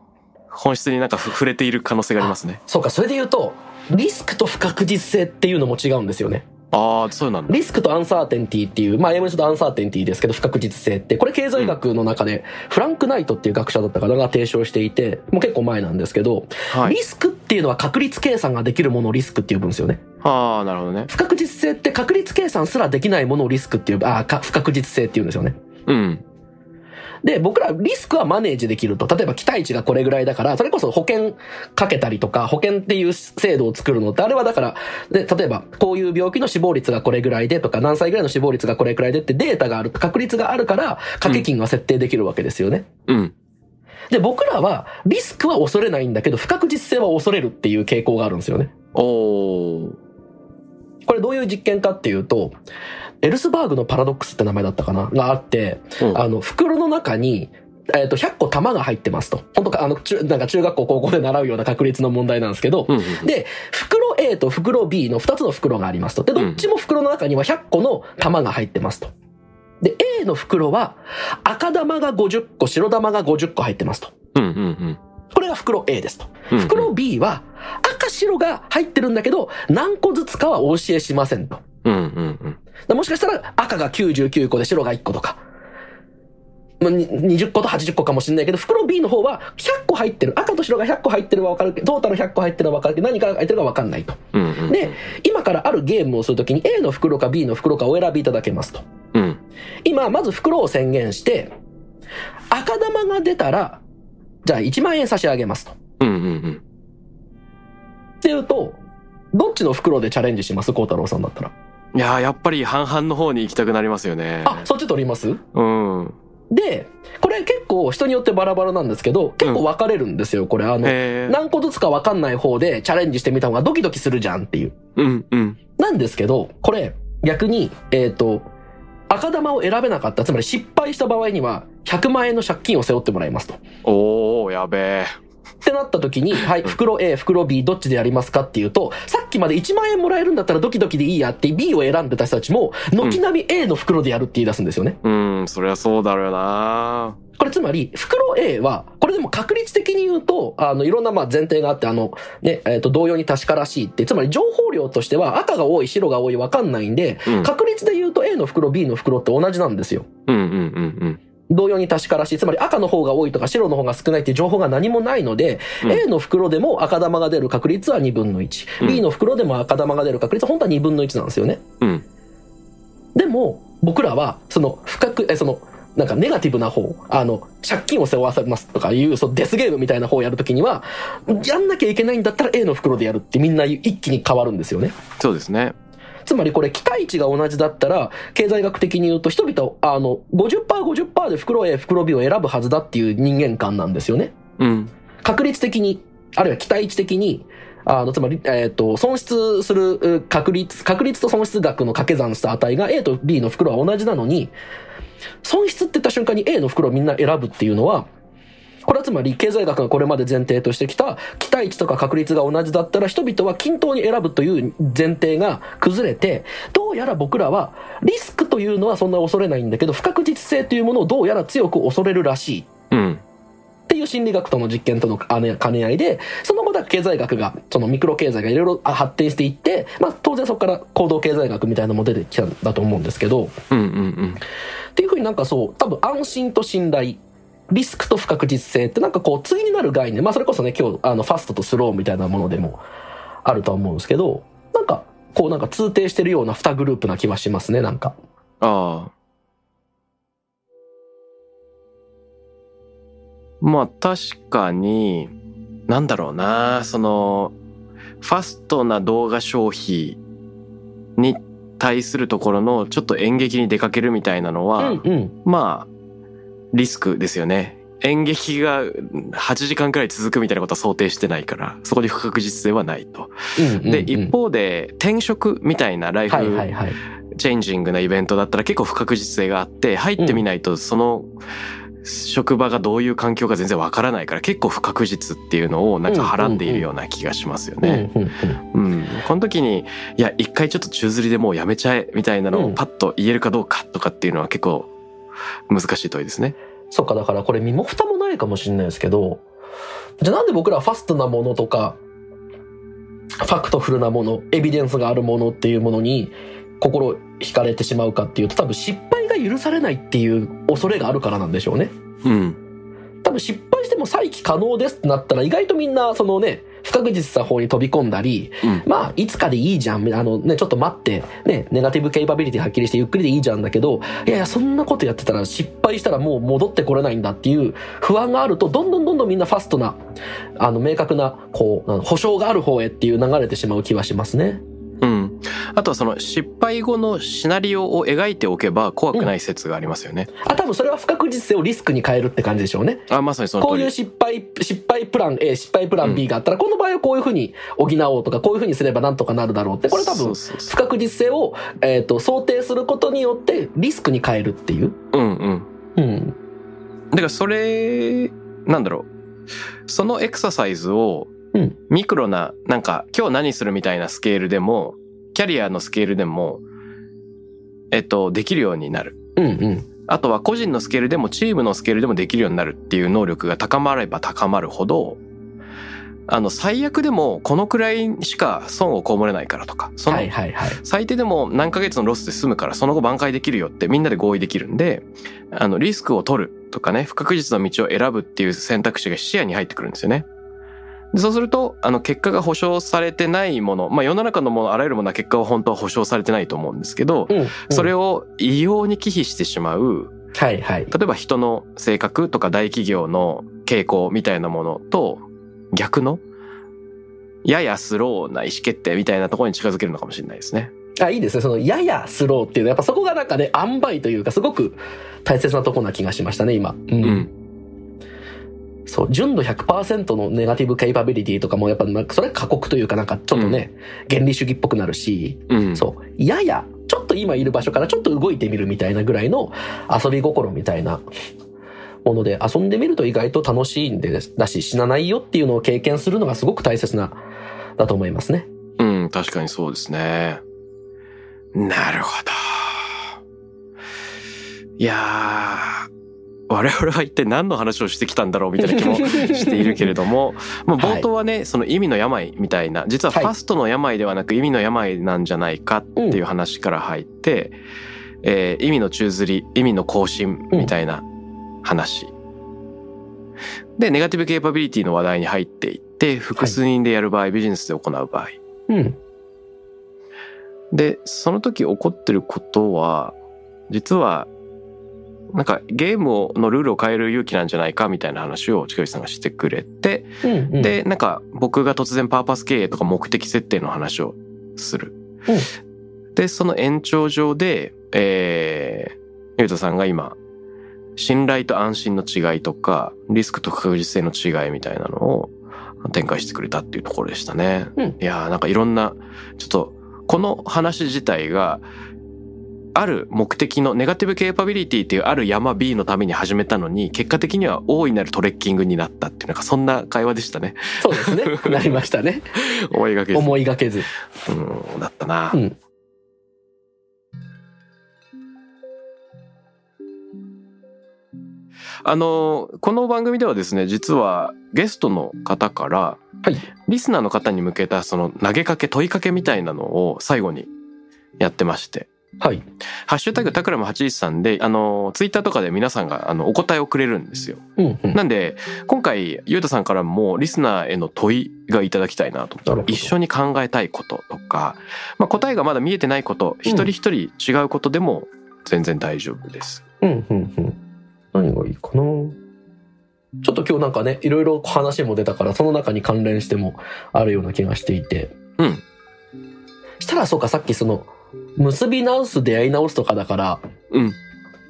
S2: 本質になんか触れている可能性がありますね。
S3: そうか、それで言うと、リスクと不確実性っていうのも違うんですよね。
S2: ああそうなんだ。
S3: リスクとアンサーテンティっていう、まあ、英語でちょっとアンサーテンティですけど、不確実性って、これ経済学の中で、フランク・ナイトっていう学者だった方が提唱していて、もう結構前なんですけど、
S2: はい
S3: リ、スクっていうのは確率計算ができるものをリスクって呼ぶんですよね。
S2: ああなるほどね。
S3: 不確実性って確率計算すらできないものをリスクっていう、あーか不確実性って言うんですよね。
S2: うん
S3: で、僕らリスクはマネージできると。例えば期待値がこれぐらいだから、それこそ保険かけたりとか、保険っていう制度を作るのって、あれはだから、で、例えばこういう病気の死亡率がこれぐらいでとか、何歳ぐらいの死亡率がこれぐらいでってデータがある、確率があるから、掛け金は設定できるわけですよね。
S2: うん
S3: で、僕らはリスクは恐れないんだけど、不確実性は恐れるっていう傾向があるんですよね。
S2: おお
S3: これどういう実験かっていうと、エルスバーグのパラドックスって名前だったかながあって、
S2: うん
S3: あの、袋の中に、えっと、100個玉が入ってますと。本当か、あの、中、なんか中学校、高校で習うような確率の問題なんですけど
S2: う、んうん
S3: で、袋 A と袋 B の2つの袋がありますと。で、どっちも袋の中には100個の玉が入ってますと。で、A の袋は赤玉が50個、白玉が50個入ってますと。
S2: うんうんうん
S3: これが袋 A ですと。
S2: うん
S3: 袋 B は赤白が入ってるんだけど、何個ずつかはお教えしませんと。
S2: うんうんうん
S3: だもしかしたら赤が99個で白が1個とか。まあ、に20個と80個かもしれないけど、袋 B の方は100個入ってる。赤と白が100個入ってるはわかるけど、トータル100個入ってるはわかるけど、何かが入ってるかわかんないと。
S2: うんうん
S3: で、今からあるゲームをするときに A の袋か B の袋かお選びいただけますと。
S2: うん
S3: 今、まず袋を宣言して、赤玉が出たら、じゃあ1万円差し上げますと。っ
S2: うんうんうん
S3: ていうと、どっちの袋でチャレンジします孝太郎さんだったら。
S2: いやーやっぱり半々の方に行きたくなりますよね。
S3: あ、そっち取ります
S2: うん。
S3: で、これ結構人によってバラバラなんですけど、結構分かれるんですよ、これ。あの、
S2: へえ。
S3: 何個ずつか分かんない方でチャレンジしてみた方がドキドキするじゃんっていう。
S2: うんうん。
S3: なんですけど、これ、逆に、えっ、と、赤玉を選べなかった、つまり失敗した場合には、100万円の借金を背負ってもらいますと。っ
S2: おおやべえ。
S3: てなった時に、はい、袋 A、袋 B、どっちでやりますかっていうと、さっきまで1万円もらえるんだったらドキドキでいいやって B を選んでた人たちも、軒並み A の袋でやるって言い出すんですよね。
S2: うん、そりゃそうだろうよな。
S3: これつまり、袋 A は、これでも確率的に言うと、あの、いろんなまあ前提があって、あの、ね、えっ、と、同様に確からしいって、つまり情報量としては赤が多い、白が多い、わかんないんで、
S2: うん。
S3: 確率で言うと A の袋、B の袋って同じなんですよ。
S2: うんうんうん
S3: 同様に確からしい。つまり赤の方が多いとか白の方が少ないっていう情報が何もないので、
S2: うん
S3: A の袋でも赤玉が出る確率は2分の1。
S2: うん
S3: B の袋でも赤玉が出る確率は本当は2分の1なんですよね。
S2: うん。うん。
S3: でも、僕らは、その、深く、え、その、なんかネガティブな方、あの、借金を背負わせますとかいう、そのデスゲームみたいな方をやるときには、やんなきゃいけないんだったら A の袋でやるってみんな一気に変わるんですよね。
S2: そうですね。
S3: つまりこれ期待値が同じだったら、経済学的に言うと人々は、あの、50%、50%で袋 A、袋 B を選ぶはずだっていう人間観なんですよね。
S2: うん。
S3: 確率的に、あるいは期待値的に、あの、つまり、えっ、と、損失するう確率、確率と損失額の掛け算した値が A と B の袋は同じなのに、損失って言った瞬間に A の袋をみんな選ぶっていうのは、これはつまり経済学がこれまで前提としてきた期待値とか確率が同じだったら人々は均等に選ぶという前提が崩れて、どうやら僕らはリスクというのはそんな恐れないんだけど、不確実性というものをどうやら強く恐れるらしい。
S2: うん。
S3: っていう心理学との実験との兼ね兼ね合いで、その後だ経済学が、そのミクロ経済がいろいろあ発展していって、まあ当然そこから行動経済学みたいなのも出てきたんだと思うんですけど、
S2: うんうん
S3: っていうふうになんかそう、多分安心と信頼、リスクと不確実性ってなんかこう、対になる概念、まあそれこそね、今日、あの、ファストとスローみたいなものでもあるとは思うんですけど、なんか、こうなんか通底してるような2グループな気はしますね、なんか。
S2: ああ。まあ確かに、なんだろうな、その、ファストな動画消費に対するところのちょっと演劇に出かけるみたいなの
S3: う
S2: は、
S3: んうん。
S2: まあ、リスクですよね。演劇が8時間くらい続くみたいなことは想定してないから、そこに不確実性はないと。
S3: うんうんうん
S2: で、一方で転職みたいなライフ
S3: はいはいはい。
S2: チェンジングなイベントだったら結構不確実性があって入ってみないとその職場がどういう環境か全然わからないから結構不確実っていうのをなんかはらんでいるような気がしますよね。
S3: うんうんうん。
S2: うんこの時にいや一回ちょっと宙吊りでもうやめちゃえみたいなの
S3: う
S2: を
S3: ん
S2: パッと言えるかどうかとかっていうのは結構難しい問いですね。
S3: そっか、だからこれ身も蓋もないかもしれないですけど、じゃあなんで僕らファストなものとか、ファクトフルなもの、エビデンスがあるものっていうものに心惹かれてしまうかっていうと多分失敗が許されないっていう恐れがあるからなんでしょうね。
S2: うん
S3: 多分失敗しても再起可能ですってなったら意外とみんなそのね、不確実な方に飛び込んだり、
S2: うん
S3: まあ、いつかでいいじゃん。あのね、ちょっと待って、ね、ネガティブケイパビリティはっきりしてゆっくりでいいじゃんだけど、いやいや、そんなことやってたら失敗したらもう戻ってこれないんだっていう不安があると、どんどんどんどんみんなファストな、あの、明確な、こう、あの保証がある方へっていう流れてしまう気はしますね。
S2: うん、あとはその失敗後のシナリオを描いておけば怖くない説がありますよね。
S3: あ、多分それは不確実性をリスクに変えるって感じでしょうね。
S2: あまさにその通
S3: こうい
S2: り
S3: う。失敗、失敗プラン A、失敗プラン B があったら、この場合はこういうふうに補おうとか、こういうふうにすればなんとかなるだろうって、これ多
S2: そ
S3: 分
S2: う、そう
S3: 不
S2: そ
S3: 確実性を、えー、と想定することによってリスクに変えるっていう。
S2: ううんうん
S3: うん。
S2: だからそれなんだろうそのエクササイズを
S3: うん
S2: ミクロななんか今日何するみたいなスケールでもキャリアのスケールでもえっとできるようになる
S3: うんうん。
S2: あとは個人のスケールでもチームのスケールでもできるようになるっていう能力が高まれば高まるほどあの最悪でもこのくらいしか損を被れないからとかその
S3: はいはいはい。
S2: 最低でも何ヶ月のロスで済むからその後挽回できるよってみんなで合意できるんで、あの、リスクを取るとかね、不確実な道を選ぶっていう選択肢が視野に入ってくるんですよね。でそうすると、あの、結果が保証されてないもの、まあ世の中のもの、あらゆるものは結果は本当は保証されてないと思うんですけど、
S3: うん、うん
S2: それを異様に忌避してしまう、
S3: はいはい。
S2: 例えば人の性格とか大企業の傾向みたいなものと逆のややスローな意思決定みたいなところに近づけるのかもしれないですね。
S3: あ、いいですね。その、ややスローっていうのは、やっぱそこがなんかね、塩梅というか、すごく大切なとこな気がしましたね、今。う
S2: うんん。
S3: そう、純度100%のネガティブケイパビリティとかも、やっぱ、なんかそれは過酷というか、なんかちょっとね、原理主義っぽくなるし、
S2: うん。
S3: そう、やや、ちょっと今いる場所からちょっと動いてみるみたいなぐらいの遊び心みたいなもので、遊んでみると意外と楽しいんで、だし、死なないよっていうのを経験するのがすごく大切な、だと思いますね。
S2: うん、確かにそうですね。なるほど。いやー、我々は一体何の話をしてきたんだろうみたいな気もしているけれども、まあ、
S3: はい
S2: 冒頭はね、その意味の病みたいな、実はフ
S3: はい
S2: ァストの病ではなく意味の病なんじゃないかっていう話から入って、えー意味の宙づり、意味の更新みたいな話。で、ネガティブケーパビリティの話題に入っていって、複数人でやる場合、ビジネスで行う場合。
S3: うん。
S2: でその時起こってることは実はなんかゲームをのルールを変える勇気なんじゃないかみたいな話を近口さんがしてくれて、
S3: うん、うん。
S2: でなんか僕が突然パーパス経営とか目的設定の話をする。でその延長上で、えー、ゆうたさんが今信頼と安心の違いとかリスクと確実性の違いみたいなのを展開してくれたっていうところでしたね。
S3: うん
S2: いやーなんかいろんなちょっとこの話自体がある目的のネガティブケーパビリティっていうある山 B のために始めたのに結果的には大いなるトレッキングになったっていうなんかそんな会話でしたね
S3: そうですね。なりましたね。
S2: 思いがけず、
S3: 思いがけず。
S2: うん、だったな、
S3: うん
S2: あのこの番組ではですね実はゲストの方から、
S3: はい
S2: リスナーの方に向けたその投げかけ問いかけみたいなのを最後にやってまして
S3: はい。
S2: ハッシュタグタクラム81さんで、あの、ツイッターとかで皆さんが、あの、お答えをくれるんですよ。
S3: うん、うん。
S2: なんで、今回、ゆうたさんからも、リスナーへの問いがいただきたいなと
S3: なる
S2: 思
S3: ほ
S2: っ
S3: ど
S2: て、一緒に考えたいこととか、まあ、答えがまだ見えてないこと、一人一人違うことでも全然大丈夫です。
S3: うんうんうん。何がいいかなちょっと今日なんかね、いろいろ話も出たから、その中に関連してもあるような気がしていて。
S2: うん。
S3: したらそうか、さっきその、結び直す、出会い直すとかだから、
S2: うん。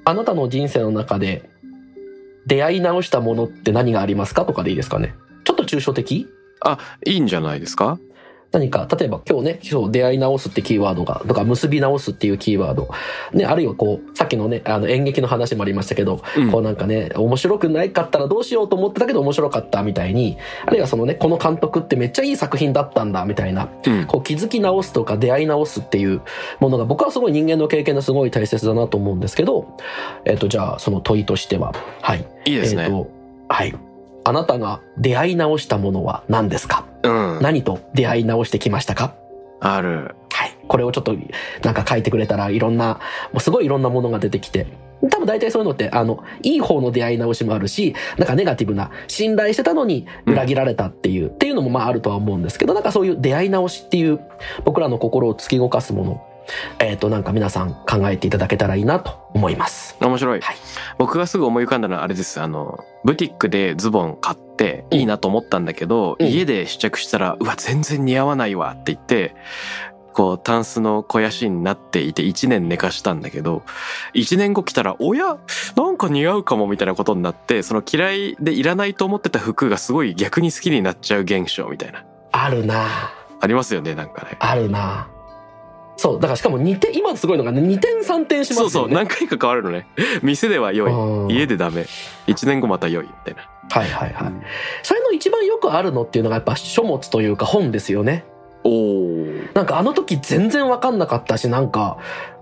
S3: あなたの人生の中で、出会い直したものって何がありますかとかでいいですかね。ちょっと抽象的
S2: いいんじゃないですか
S3: 何か、例えば今日ね、そう、出会い直すってキーワードが、とか、結び直すっていうキーワード。ね、あるいはこう、さっきのね、あの演劇の話もありましたけど、
S2: うん
S3: こうなんかね、面白くないかったらどうしようと思ってたけど面白かったみたいに、あるいはそのね、この監督ってめっちゃいい作品だったんだみたいな、
S2: うん。
S3: こう気づき直すとか出会い直すっていうものが僕はすごい人間の経験がすごい大切だなと思うんですけど、えっ、と、じゃあその問いとしては、はい。
S2: いいです
S3: えっ、
S2: ね。
S3: と、はい。あなたが出会い直したものは何ですか
S2: うん。
S3: 何と出会い直してきましたか
S2: ある。
S3: はい。これをちょっと、なんか書いてくれたら、いろんな、もうすごいいろんなものが出てきて。多分大体そういうのって、あの、いい方の出会い直しもあるし、なんかネガティブな、信頼してたのに裏切られたっていう、っていうのもまああるとは思うんですけど、なんかそういう出会い直しっていう、僕らの心を突き動かすもの、えっ、と、なんか皆さん考えていただけたらいいなと思います。
S2: 面白い、
S3: はい
S2: 僕がすぐ思い浮かんだのはあれですあのブティックでズボン買っていいなと思ったんだけど、
S3: うん
S2: 家で試着したらうわ全然似合わないわって言ってこうタンスの肥やしになっていて1年寝かしたんだけど1年後来たら「おやなんか似合うかも」みたいなことになってその嫌いでいらないと思ってた服がすごい逆に好きになっちゃう現象みたいな
S3: あるなぁ
S2: ありますよねなんかね。
S3: あるなぁそう、だからしかも2点、今すごいのがね、2点3点しますよ
S2: そう
S3: ね。
S2: そう何回か変わるのね (laughs) 店では良い
S3: うん
S2: 家でダメ1年後また良いみたいな
S3: はいはいはい。それの一番よくあるのっていうのがやっぱ書物というか本ですよね。
S2: おー
S3: なんかあの時全然わかんなかったし、なんか、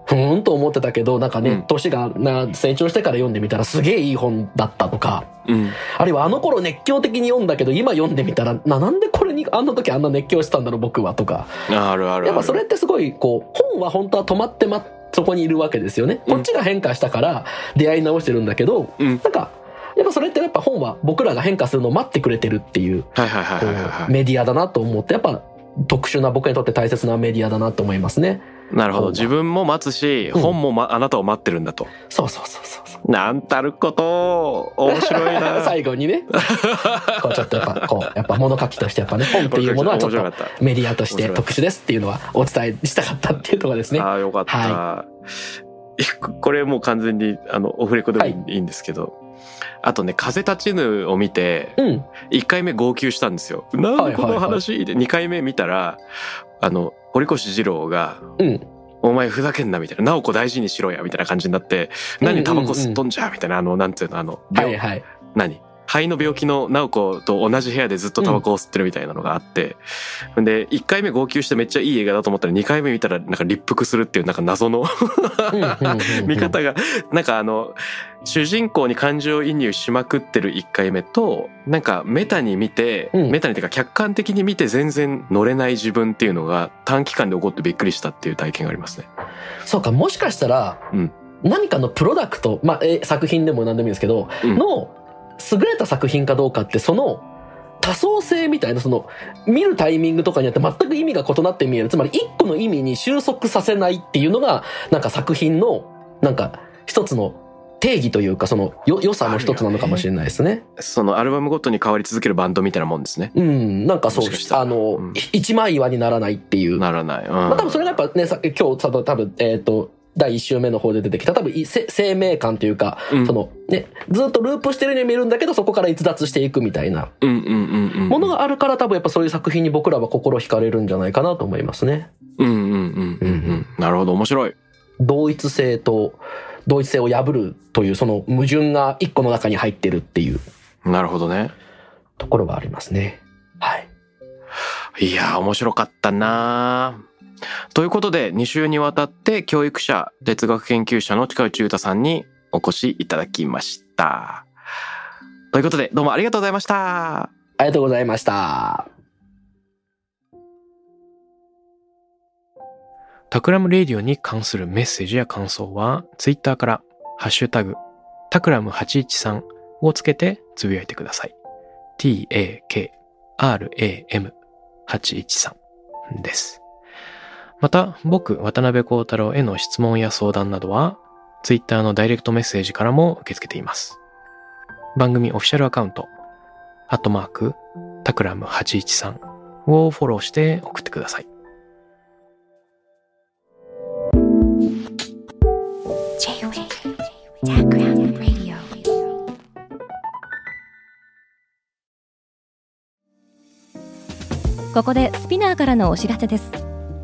S3: ふーんと思ってたけど、なんかね、
S2: うん
S3: 年がな成長してから読んでみたらすげえいい本だったとか、
S2: うん
S3: あるいはあの頃熱狂的に読んだけど、今読んでみたら、な、なんでこれに、あの時あんな熱狂したんだろう僕はとか。
S2: ああるあるある。
S3: やっぱそれってすごい、こう、本は本当は止まってま、そこにいるわけですよね。
S2: うん
S3: こっちが変化したから出会い直してるんだけど、
S2: うん
S3: なんか、やっぱそれってやっぱ本は僕らが変化するのを待ってくれてるっていう
S2: はいはいはい
S3: こ
S2: は
S3: う
S2: いはい。
S3: メディアだなと思ってやっぱ特殊な僕にとって大切なメディアだなと思いますね
S2: なるほど。
S3: そうだ
S2: 自分も待つし、
S3: うん
S2: 本も、ま、あなたを待ってるんだと。
S3: そうそうそうそうそう
S2: なんたること面白いな。
S3: (laughs) 最
S2: (laughs)
S3: 後にね。こうちょっとやっぱ、こう、やっぱ物書きとしてやっぱね、本っていうものはちょ
S2: 面
S3: っと
S2: 白かった
S3: メディアとして特殊ですっていうのはお伝えしたかったっていうところですね。
S2: ああ、よかった。いやこれもう完全に、あの、オフレコでもいい,、んですけど。あとね、風立ちぬを見て、
S3: うん。
S2: 1回目号泣したんですよ。なんでこの話で、2回目見たら、あの、堀越二郎が、
S3: うん
S2: お前ふざけんなみたいな、直子大事にしろや、みたいな感じになって、
S3: うんうんう
S2: 何
S3: ん
S2: タバコ吸っとんじゃ、みたいな、あの、なんていうの、あの、
S3: は
S2: 病
S3: いはい。
S2: 何肺の病気の直子と同じ部屋でずっとタバコを吸ってるみたいなのがあって、で1回目号泣してめっちゃいい映画だと思ったら2回目見たらなんか立腹するっていうなんか謎の
S3: うんうんうんう
S2: (laughs)
S3: ん
S2: 見方がなんかあの主人公に感情移入しまくってる1回目となんかメタに見て、
S3: うん
S2: メタにっていうか客観的に見て全然乗れない自分っていうのが短期間で起こってびっくりしたっていう体験がありますね。
S3: そうか、もしかしたら
S2: うん、
S3: 何かのプロダクト、まあ、え作品でも何でもいいんですけど、
S2: うん
S3: の優れた作品かどうかって、その多層性みたいな、その、見るタイミングとかによって全く意味が異なって見える。つまり、一個の意味に収束させないっていうのが、なんか作品の、なんか、一つの定義というか、その、よ、良さの一つなのかもしれないですね。
S2: そのアルバムごとに変わり続けるバンドみたいなもんですね。
S3: うん、なんかそう
S2: もしかし、たら
S3: あの、
S2: うん
S3: 一枚岩にならないっていう。
S2: ならない。うん
S3: まあ多分それがやっぱね、さ今日多分、多分、えっ、と、第1週目の方で出てきた、多分、いせ生命感というか、
S2: うん
S3: その、ね、ずっとループしてるように見えるんだけど、そこから逸脱していくみたいな
S2: うんうんうんうん。
S3: ものがあるから、多分やっぱそういう作品に僕らは心惹かれるんじゃないかなと思いますね。
S2: うんうんうんうんうん。なるほど、面白い。
S3: 同一性と、同一性を破るという、その矛盾が一個の中に入ってるっていう
S2: なるほどね。
S3: ところはありますね。はい。
S2: いやー、面白かったなーということで、2週にわたって教育者、哲学研究者の近内裕太さんにお越しいただきました。ということで、どうもありがとうございました。
S3: ありがとうございました。
S2: タクラムレディオに関するメッセージや感想は、ツイッターから、ハッシュタグ、タクラム813をつけてつぶやいてください。t-a-k-r-a-m813 です。また、僕、渡辺幸太郎への質問や相談などは、ツイッターのダイレクトメッセージからも受け付けています。番組オフィシャルアカウント、アットマーク、タクラム813をフォローして送ってください。
S4: J-Wave. Background Radio.
S5: ここでスピナーからのお知らせです